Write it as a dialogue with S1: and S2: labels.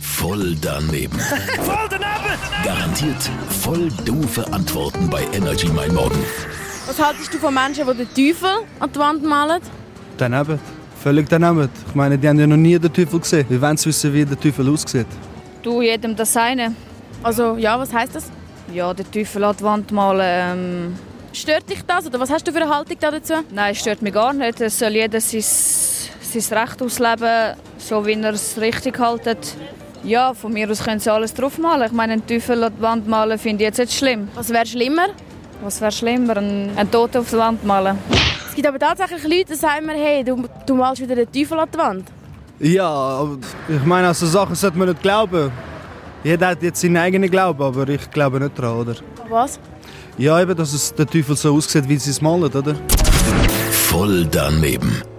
S1: Voll daneben.
S2: Voll daneben!
S1: Garantiert voll doofe Antworten bei Energy Mein Morgen.
S3: Was haltest du von Menschen, die den Teufel an die Wand malen?
S4: Daneben. Völlig daneben. Ich meine, die haben ja noch nie den Teufel gesehen. Wie wollen sie wissen, wie der Teufel aussieht?
S5: Du, jedem das seine.
S3: Also ja, was heißt das?
S5: Ja, der Teufel an die Wand malen, ähm,
S3: Stört dich das oder was hast du für eine Haltung da dazu?
S5: nein, stört mich gar nicht. Es soll jeder sein, sein Recht ausleben, so wie er es richtig haltet. Ja, von mir aus können sie alles draufmalen. Ich meine, einen Teufel an die Wand malen finde ich jetzt nicht schlimm.
S3: Was wäre schlimmer?
S5: Was wäre schlimmer, einen, einen Toten auf die Wand malen?
S3: Es gibt aber tatsächlich Leute, die sagen mir, hey, du, du malst wieder den Teufel an die Wand.
S4: Ja, aber ich meine, an so Sachen sollte man nicht glauben. Jeder hat jetzt seinen eigenen Glauben, aber ich glaube nicht dran, oder?
S3: Was?
S4: Ja, eben, dass es der Teufel so aussieht, wie sie es malen, oder?
S1: Voll daneben.